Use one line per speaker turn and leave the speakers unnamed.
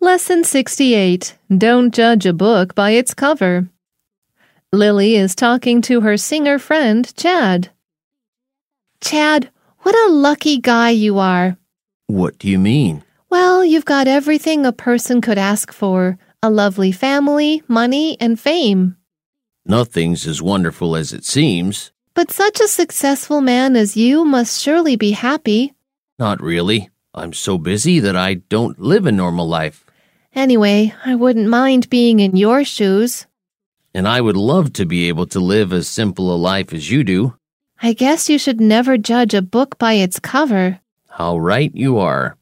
Lesson 68 Don't Judge a Book by Its Cover. Lily is talking to her singer friend, Chad. Chad, what a lucky guy you are.
What do you mean?
Well, you've got everything a person could ask for a lovely family, money, and fame.
Nothing's as wonderful as it seems.
But such a successful man as you must surely be happy.
Not really. I'm so busy that I don't live a normal life,
Anyway, I wouldn't mind being in your shoes.
and I would love to be able to live as simple a life as you do.
I guess you should never judge a book by its cover.
How right you are.